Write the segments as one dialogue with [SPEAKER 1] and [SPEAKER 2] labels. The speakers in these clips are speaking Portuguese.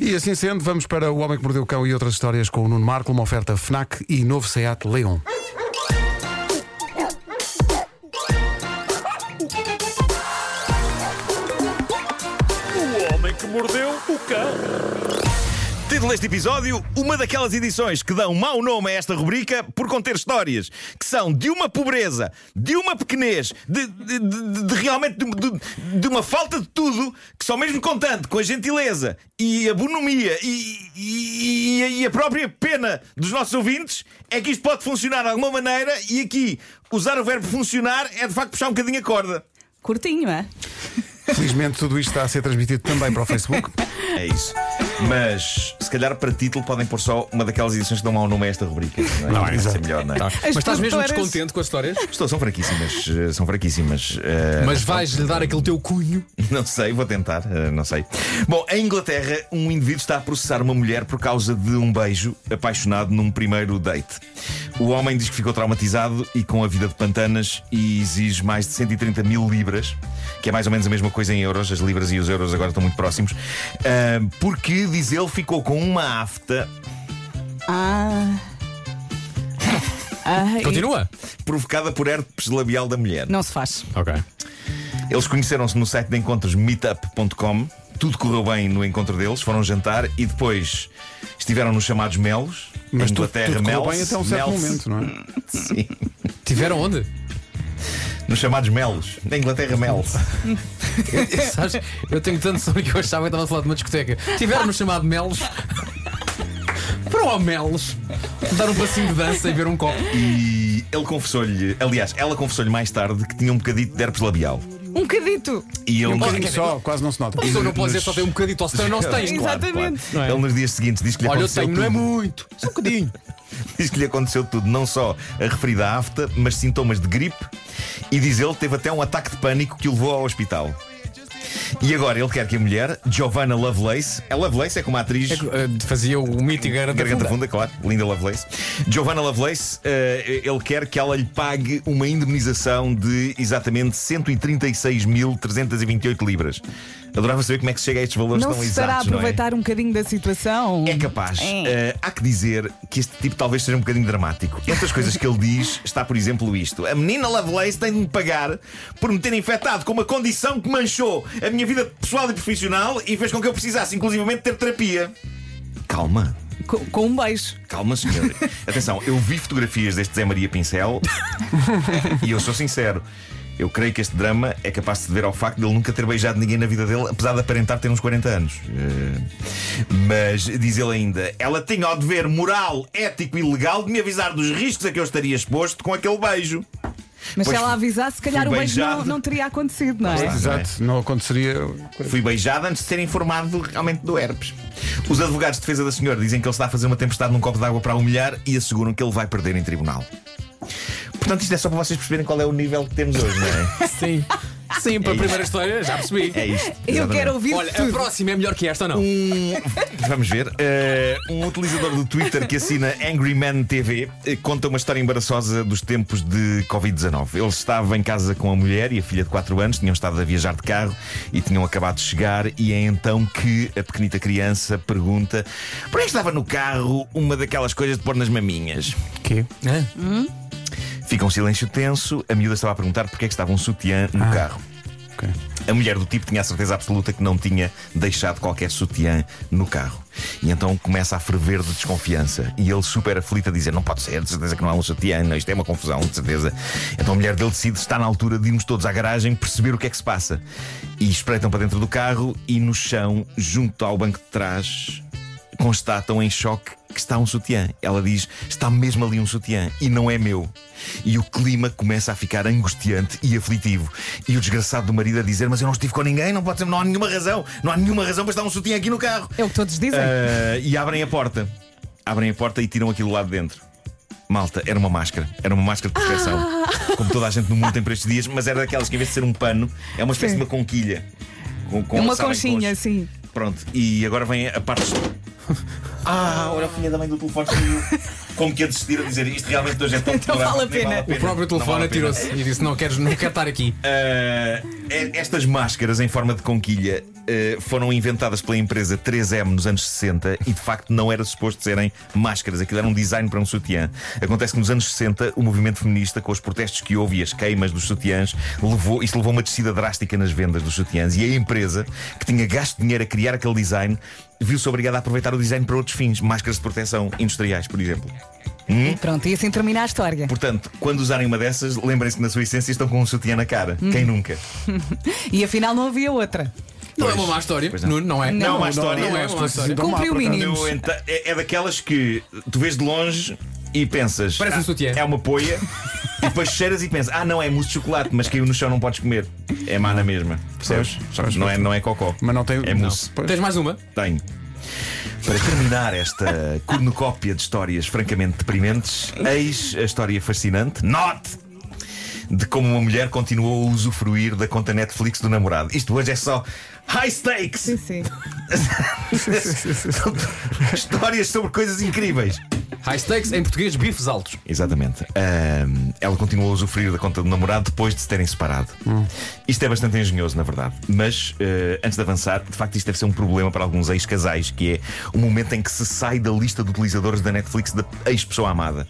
[SPEAKER 1] E assim sendo, vamos para O Homem que Mordeu o Cão e outras histórias com o Nuno Marco, uma oferta FNAC e novo SEAT Leon.
[SPEAKER 2] O homem que mordeu o cão.
[SPEAKER 3] Título deste episódio: uma daquelas edições que dão mau nome a esta rubrica por conter histórias que são de uma pobreza, de uma pequenez, de, de- de- de realmente de, de- de uma falta de tudo, que só mesmo contando com a gentileza e a bonomia e, e- e a- e a própria pena dos nossos ouvintes, é que isto pode funcionar de alguma maneira. E aqui, usar o verbo funcionar é de facto puxar um bocadinho a corda.
[SPEAKER 4] Curtinho, é?
[SPEAKER 1] Felizmente tudo isto está a ser transmitido também para o Facebook.
[SPEAKER 3] É isso. Mas se calhar para título podem pôr só uma daquelas edições que dão mau nome a esta rubrica. Não, é? Vai ser melhor, não é?
[SPEAKER 5] Mas estás mesmo
[SPEAKER 4] produtoras-
[SPEAKER 5] descontente com as histórias?
[SPEAKER 3] Estou, são fraquíssimas, eh, são fraquíssimas. eh,
[SPEAKER 5] Mas vais-lhe dar aquele teu cunho.
[SPEAKER 3] Não sei, vou tentar, eh, não sei. Bom, em Inglaterra, um indivíduo está a processar uma mulher por causa de um beijo apaixonado num primeiro date. O homem diz que ficou traumatizado e com a vida de pantanas e exige mais de 130 mil libras, que é mais ou menos a mesma coisa em euros, as libras e os euros agora estão muito próximos, ah, porque, diz ele, ficou com uma afta
[SPEAKER 4] Ah. Ah,
[SPEAKER 5] Continua.
[SPEAKER 3] provocada por herpes labial da mulher.
[SPEAKER 4] e- Não se faz.
[SPEAKER 5] Ok.
[SPEAKER 3] Eles conheceram-se no site de encontros meetup.com. Tudo correu bem no encontro deles, foram jantar e depois estiveram nos chamados melos.
[SPEAKER 1] Mas
[SPEAKER 3] em
[SPEAKER 1] tudo,
[SPEAKER 3] Inglaterra,
[SPEAKER 1] tudo correu
[SPEAKER 3] melos,
[SPEAKER 1] bem até um certo
[SPEAKER 3] melos,
[SPEAKER 1] momento, não é?
[SPEAKER 3] Sim,
[SPEAKER 5] Tiveram onde?
[SPEAKER 3] nos chamados melos. Na Inglaterra, melos.
[SPEAKER 5] Sabes? Eu tenho tanto sono que eu achava que estava a falar de uma discoteca. Tiveram-me chamado Melos. Foram ao Melos. Dar um passinho de dança e ver um copo.
[SPEAKER 3] E ele confessou-lhe, aliás, ela confessou-lhe mais tarde que tinha um bocadinho de herpes labial.
[SPEAKER 4] Um bocadito.
[SPEAKER 3] E ele
[SPEAKER 1] Um
[SPEAKER 3] nos-
[SPEAKER 1] bocadinho só, quase não se nota.
[SPEAKER 5] A pessoa não pode dizer só tem um bocadinho, ou senão não se tem.
[SPEAKER 3] Claro, claro.
[SPEAKER 4] Exatamente.
[SPEAKER 5] Não é?
[SPEAKER 3] Ele nos dias seguintes diz que lhe
[SPEAKER 5] Olha, eu
[SPEAKER 3] aconteceu
[SPEAKER 5] tenho, não é
[SPEAKER 3] tudo.
[SPEAKER 5] muito. Só um bocadinho.
[SPEAKER 3] Diz que lhe aconteceu tudo, não só a referida afta, mas sintomas de gripe e diz ele que teve até um ataque de pânico que o levou ao hospital. E agora ele quer que a mulher, Giovanna Lovelace, é Lovelace, é como a atriz.
[SPEAKER 5] eh, Fazia o mito e garanta
[SPEAKER 3] Garganta
[SPEAKER 5] funda.
[SPEAKER 3] funda, claro, linda Lovelace. Giovanna Lovelace, eh, ele quer que ela lhe pague uma indemnização de exatamente 136.328 libras. Adorava saber como é que se chega a estes valores
[SPEAKER 4] Não
[SPEAKER 3] tão
[SPEAKER 4] se
[SPEAKER 3] exatos.
[SPEAKER 4] estará a
[SPEAKER 3] não é?
[SPEAKER 4] aproveitar um bocadinho da situação.
[SPEAKER 3] É capaz.
[SPEAKER 4] É.
[SPEAKER 3] Eh, há que dizer que este tipo talvez seja um bocadinho dramático. Entre as coisas que ele diz está, por exemplo, isto: A menina Lovelace tem de me pagar por me ter infectado com uma condição que manchou a minha vida pessoal e profissional e fez com que eu precisasse, inclusivamente, ter terapia. Calma.
[SPEAKER 4] Co- Com, um beijo.
[SPEAKER 3] Calma, senhor. Atenção, eu vi fotografias deste Zé Maria Pincel e eu sou sincero. Eu creio que este drama é capaz de se dever ao facto de ele nunca ter beijado ninguém na vida dele, apesar de aparentar ter uns 40 anos. Eh, Mas diz ele ainda: ela tinha o dever moral, ético e legal de me avisar dos riscos a que eu estaria exposto com aquele beijo.
[SPEAKER 4] Mas
[SPEAKER 3] Pois
[SPEAKER 4] se ela avisasse, se calhar o
[SPEAKER 3] fui
[SPEAKER 4] beijo não,
[SPEAKER 3] beijado.
[SPEAKER 4] não teria acontecido, não é?
[SPEAKER 3] Pois
[SPEAKER 1] Exato, não aconteceria.
[SPEAKER 3] Fui beijada antes de ser informado realmente do herpes. Os advogados de defesa da senhora dizem que ele está a fazer uma tempestade num copo de água para a humilhar e asseguram que ele vai perder em tribunal. Portanto, isto é só para vocês perceberem qual é o nível que temos hoje, não é?
[SPEAKER 5] Sim. Sim, para a
[SPEAKER 3] É isto.
[SPEAKER 5] primeira história, já percebi.
[SPEAKER 3] É Um isto.
[SPEAKER 4] Eu
[SPEAKER 3] exatamente.
[SPEAKER 4] quero ouvir
[SPEAKER 5] Olha, a
[SPEAKER 4] tudo.
[SPEAKER 5] próxima é melhor que esta ou não?
[SPEAKER 3] Vamos ver. Eh, um utilizador do Twitter que assina Angry Man TV eh, conta uma história embaraçosa dos tempos de Covid-19. Ele estava em casa com a mulher e a filha de 4 anos, tinham estado a viajar de carro e tinham acabado de chegar. E é então que a pequenita criança pergunta: por que estava no carro uma daquelas coisas de pôr nas maminhas?
[SPEAKER 1] Quê?
[SPEAKER 5] Hã?
[SPEAKER 3] Fica um silêncio tenso. A miúda estava a perguntar porque é que estava um sutiã no carro.
[SPEAKER 1] Ok.
[SPEAKER 3] A mulher do tipo tinha a certeza absoluta que não tinha deixado qualquer sutiã no carro. E então começa a ferver de desconfiança. E ele, super aflito, a dizer: Não pode ser, de certeza que não há um sutiã, não, isto é uma confusão, de certeza. Então a mulher dele decide: Está na altura de irmos todos à garagem perceber o que é que se passa. E espreitam para dentro do carro e no chão, junto ao banco de trás, constatam em choque que está um sutiã. Ela diz: está mesmo ali um sutiã e não é meu. E o clima começa a ficar angustiante e aflitivo. E o desgraçado do marido a dizer: Mas eu não estive com ninguém, não pode ser, não há nenhuma razão, não há nenhuma razão para estar um sutiã aqui no carro.
[SPEAKER 4] É o que todos dizem.
[SPEAKER 3] Ah, e abrem a porta. Abrem a porta e tiram aquilo lá de dentro. Malta, era uma máscara. Era uma máscara de proteção.
[SPEAKER 4] Ah.
[SPEAKER 3] Como toda a gente no mundo tem para estes dias, mas era daquelas que em vez de ser um pano, é uma espécie
[SPEAKER 4] Sim.
[SPEAKER 3] de uma conquilha. Com, com,
[SPEAKER 4] É uma
[SPEAKER 3] sabem, com
[SPEAKER 4] conchinha,
[SPEAKER 3] os-
[SPEAKER 4] sim.
[SPEAKER 3] Pronto, e agora vem a parte. Ah, olha a filha da mãe do telefone saiu. Como que a desistir a dizer isto realmente hoje é tão
[SPEAKER 4] Então vale a
[SPEAKER 3] nem
[SPEAKER 4] pena.
[SPEAKER 5] O próprio
[SPEAKER 3] Não vale
[SPEAKER 5] telefone
[SPEAKER 3] a pena.
[SPEAKER 5] atirou-se e disse: Não queres, não quero estar aqui.
[SPEAKER 3] Eh, estas máscaras em forma de conquilha eh, foram inventadas pela empresa 3M nos anos 60 e de facto não era suposto serem máscaras, aquilo era um design para um sutiã. Acontece que nos anos 60 o movimento feminista, com os protestos que houve e as queimas dos sutiãs, levou, isso levou a uma descida drástica nas vendas dos sutiãs e a empresa, que tinha gasto dinheiro a criar aquele design, viu-se obrigada a aproveitar o design para outros fins, máscaras de proteção industriais, por exemplo. Hum?
[SPEAKER 4] E pronto, e assim termina a história.
[SPEAKER 3] Portanto, quando usarem uma dessas, lembrem-se que na sua essência estão com um sutiã na cara. Quem nunca?
[SPEAKER 4] E afinal não havia outra.
[SPEAKER 5] Não é
[SPEAKER 3] Pois.
[SPEAKER 5] uma má história.
[SPEAKER 3] Pois não.
[SPEAKER 5] Não, não é.
[SPEAKER 4] Não,
[SPEAKER 3] Não,
[SPEAKER 4] não,
[SPEAKER 3] uma história.
[SPEAKER 5] Não é uma má história.
[SPEAKER 1] Então,
[SPEAKER 4] Cumpriu
[SPEAKER 1] má, por acaso.
[SPEAKER 4] mínimos.
[SPEAKER 3] Eu, então, é, é daquelas que tu vês de longe e pensas.
[SPEAKER 5] Parece um
[SPEAKER 3] "Ah,
[SPEAKER 5] sutiã."
[SPEAKER 3] É uma poia. e depois cheiras e pensas: ah, não, é mousse de chocolate, mas caiu no chão, não podes comer. É má na mesma. Percebes?
[SPEAKER 1] Pois,
[SPEAKER 3] Só que
[SPEAKER 1] pois,
[SPEAKER 3] não,
[SPEAKER 1] pois.
[SPEAKER 3] é, não é cocó.
[SPEAKER 1] Mas não tem.
[SPEAKER 3] É
[SPEAKER 1] não.
[SPEAKER 3] mousse.
[SPEAKER 1] Pois.
[SPEAKER 5] Tens mais uma?
[SPEAKER 3] Tenho. Para terminar esta cornucópia de histórias francamente deprimentes, eis a história fascinante, not! De como uma mulher continuou a usufruir da conta Netflix do namorado. Isto hoje é só high stakes!
[SPEAKER 4] Sim, sim.
[SPEAKER 3] Histórias sobre coisas incríveis.
[SPEAKER 5] High stakes, em português, bifes altos.
[SPEAKER 3] Exatamente. Ahm, ela continuou a usufruir da conta do namorado depois de se terem separado. Isto é bastante engenhoso, na verdade. Mas, eh, antes de avançar, de facto, isto deve ser um problema para alguns ex-casais, que é o momento em que se sai da lista de utilizadores da Netflix da ex-pessoa amada.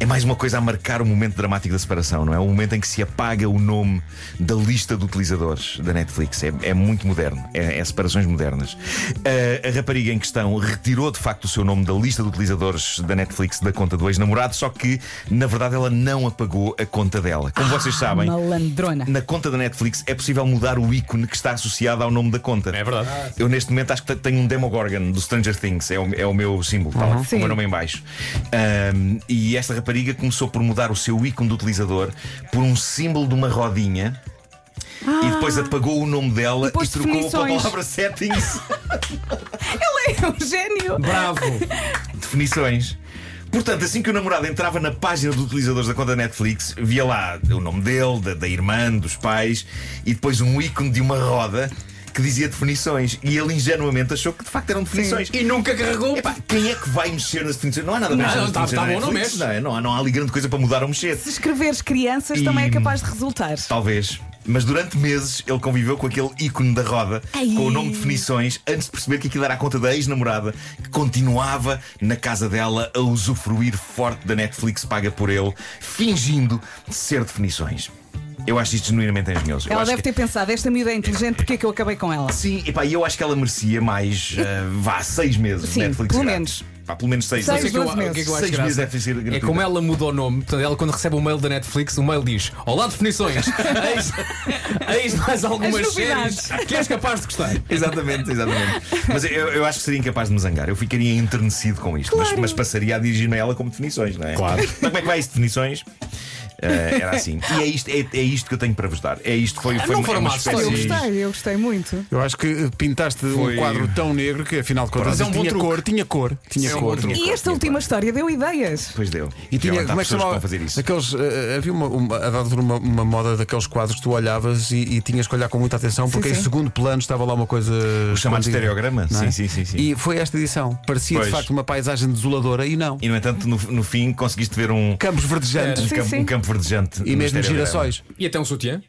[SPEAKER 3] É mais uma coisa a marcar o momento dramático da separação, não é? O momento em que se apaga o nome da lista de utilizadores da Netflix. É, é muito moderno. É, é separações modernas. Ah, a rapariga em questão retirou, de facto, o seu nome da lista de utilizadores da Netflix da conta do ex-namorado, só que, na verdade, ela não apagou a conta dela. Como vocês sabem.
[SPEAKER 4] Malandrona.
[SPEAKER 3] Na conta da Netflix é possível mudar o ícone que está associado ao nome da conta.
[SPEAKER 5] É verdade.
[SPEAKER 3] Eu neste momento acho que te- tenho um Demogorgon do Stranger Things, é o, é o meu símbolo, tá lá, com
[SPEAKER 4] Sim.
[SPEAKER 3] o meu nome em baixo. Ahm, e esta rapariga começou por mudar o seu ícone do utilizador por um símbolo de uma rodinha. E depois apagou o nome dela
[SPEAKER 4] Ah. E pôs
[SPEAKER 3] e trocou para a
[SPEAKER 4] definições.
[SPEAKER 3] palavra settings.
[SPEAKER 4] Ele é um gênio.
[SPEAKER 5] Bravo!
[SPEAKER 3] definições. Portanto, assim que o namorado entrava na página dos utilizadores da conta Netflix, via lá o nome dele, da, da irmã, dos pais e depois um ícone de uma roda que dizia definições. E ele ingenuamente achou que de facto eram definições.
[SPEAKER 5] E nunca carregou.
[SPEAKER 3] Epá, quem é que vai mexer nas definições? Não há nada a mexer
[SPEAKER 5] Não,
[SPEAKER 3] nas
[SPEAKER 5] tá-
[SPEAKER 3] definições.
[SPEAKER 5] tá
[SPEAKER 3] da
[SPEAKER 5] bom, não
[SPEAKER 3] Netflix.
[SPEAKER 5] mexe.
[SPEAKER 3] Não, não há- não há ali grande coisa para mudar ou mexer.
[SPEAKER 4] Se escreveres crianças também é capaz de resultar.
[SPEAKER 3] Talvez. Mas durante meses ele conviveu com aquele ícone da roda,
[SPEAKER 4] Ai.
[SPEAKER 3] com o nome de definições, antes de perceber que aquilo era a conta da ex-namorada, que continuava na casa dela a usufruir forte da Netflix paga por ele, fingindo ser definições. Eu acho isto genuinamente engenhoso. Eu
[SPEAKER 4] Ela
[SPEAKER 3] acho
[SPEAKER 4] deve
[SPEAKER 3] que-
[SPEAKER 4] ter pensado, esta miúda é inteligente, porque é que eu acabei com ela?
[SPEAKER 3] Sim, epá, e eu acho que ela merecia mais, eh, vá, seis meses de
[SPEAKER 4] Sim,
[SPEAKER 3] Netflix.
[SPEAKER 4] pelo
[SPEAKER 3] grátis. Pá, pelo menos
[SPEAKER 4] Seis,
[SPEAKER 3] seis,
[SPEAKER 5] Sabe o que é que eu-
[SPEAKER 4] doze
[SPEAKER 5] o que é que eu acho
[SPEAKER 3] Seis meses
[SPEAKER 5] graça?
[SPEAKER 3] deve ser
[SPEAKER 5] É
[SPEAKER 3] gratuito.
[SPEAKER 5] como ela mudou o nome, portanto, ela quando recebe o mail da Netflix, o mail diz: Olá, definições! Eis, eis mais algumas
[SPEAKER 4] As novidades.
[SPEAKER 5] séries que és capaz de gostar.
[SPEAKER 3] Exatamente, exatamente. Mas eu, eu acho que seria incapaz de me zangar. Eu ficaria enternecido com isto. Mas, mas passaria a dirigir-me a ela como definições, não é? Claro. Mas como é que vai isso, definições? Eh, era assim. E é isto, é, é isto que eu tenho para vos dar. É isto, foi, foi
[SPEAKER 5] Não
[SPEAKER 3] uma-
[SPEAKER 5] foram
[SPEAKER 3] uma
[SPEAKER 5] más
[SPEAKER 3] espécie
[SPEAKER 4] Eu
[SPEAKER 5] histórias.
[SPEAKER 3] de-
[SPEAKER 4] gostei, eu gostei muito.
[SPEAKER 1] Eu acho que eh, pintaste um
[SPEAKER 3] Foi-
[SPEAKER 1] quadro tão negro que afinal de contas
[SPEAKER 5] Mas é um bom
[SPEAKER 1] tinha
[SPEAKER 5] truque.
[SPEAKER 1] cor, tinha cor, tinha
[SPEAKER 5] É um bom
[SPEAKER 1] cor.
[SPEAKER 5] truque.
[SPEAKER 4] E esta última história deu ideias.
[SPEAKER 3] Pois deu.
[SPEAKER 1] E tinha,
[SPEAKER 3] Realmente há
[SPEAKER 1] como é que
[SPEAKER 3] pessoas
[SPEAKER 1] chamava?
[SPEAKER 3] vão fazer isso.
[SPEAKER 1] Aqueles, eh, havia uma, uma, a dada altura uma, uma moda daqueles quadros que tu olhavas e, e tinhas que olhar com muita atenção porque em
[SPEAKER 4] sim.
[SPEAKER 1] segundo plano estava lá uma coisa.
[SPEAKER 3] O chamado
[SPEAKER 1] escondida,
[SPEAKER 3] estereograma?
[SPEAKER 1] não é?
[SPEAKER 3] Sim, sim, sim, sim.
[SPEAKER 1] E foi esta edição. Parecia de
[SPEAKER 3] Pois.
[SPEAKER 1] facto uma paisagem desoladora e não.
[SPEAKER 3] E no entanto, no, no fim, conseguiste ver um,
[SPEAKER 1] Campos verdejantes
[SPEAKER 3] um,
[SPEAKER 4] Sim,
[SPEAKER 3] campo,
[SPEAKER 4] sim.
[SPEAKER 3] um campo verdejante.
[SPEAKER 1] e
[SPEAKER 3] no
[SPEAKER 1] mesmo
[SPEAKER 3] estereograma.
[SPEAKER 1] girassóis.
[SPEAKER 5] E até um sutiã.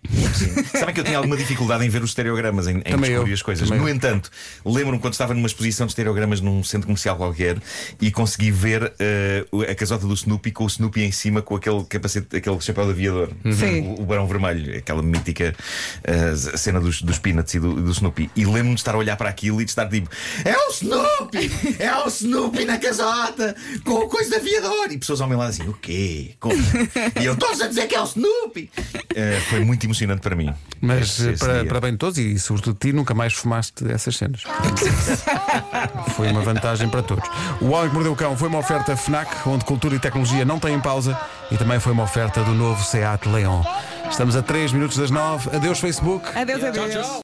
[SPEAKER 3] Sabem que eu tinha alguma dificuldade em ver os estereogramas, em, em
[SPEAKER 1] Também
[SPEAKER 3] descobrir
[SPEAKER 1] eu,
[SPEAKER 3] as coisas.
[SPEAKER 1] também
[SPEAKER 3] no
[SPEAKER 1] eu.
[SPEAKER 3] entanto, lembro-me quando estava numa exposição de estereogramas num centro comercial qualquer e consegui ver eh, o- a casota do Snoopy com o Snoopy em cima com aquele capacete, aquele chapéu de aviador,
[SPEAKER 1] Uhum.
[SPEAKER 4] Sim.
[SPEAKER 3] O, o Barão Vermelho, aquela mítica eh, cena dos, dos Peanuts e do, do Snoopy. E lembro-me de estar a olhar para aquilo e de estar tipo: É o Snoopy! É o Snoopy na casota! Com a coisa de aviador! E pessoas ao meu lado assim: O quê? Como? E eu estou a dizer que é o Snoopy! Eh, foi muito emocionante para mim.
[SPEAKER 1] Mas
[SPEAKER 3] Esse-
[SPEAKER 1] eh,
[SPEAKER 3] esse
[SPEAKER 1] para,
[SPEAKER 3] dia.
[SPEAKER 1] para bem de todos e sobretudo de ti, nunca mais fumaste essas cenas. foi uma vantagem para todos. O Homem que Mordeu o Cão foi uma oferta FNAC, onde cultura e tecnologia não têm pausa, e também foi uma oferta do novo SEAT Leon. Estamos a 3 minutos das 9. Adeus, Facebook.
[SPEAKER 4] Adeus, adeus.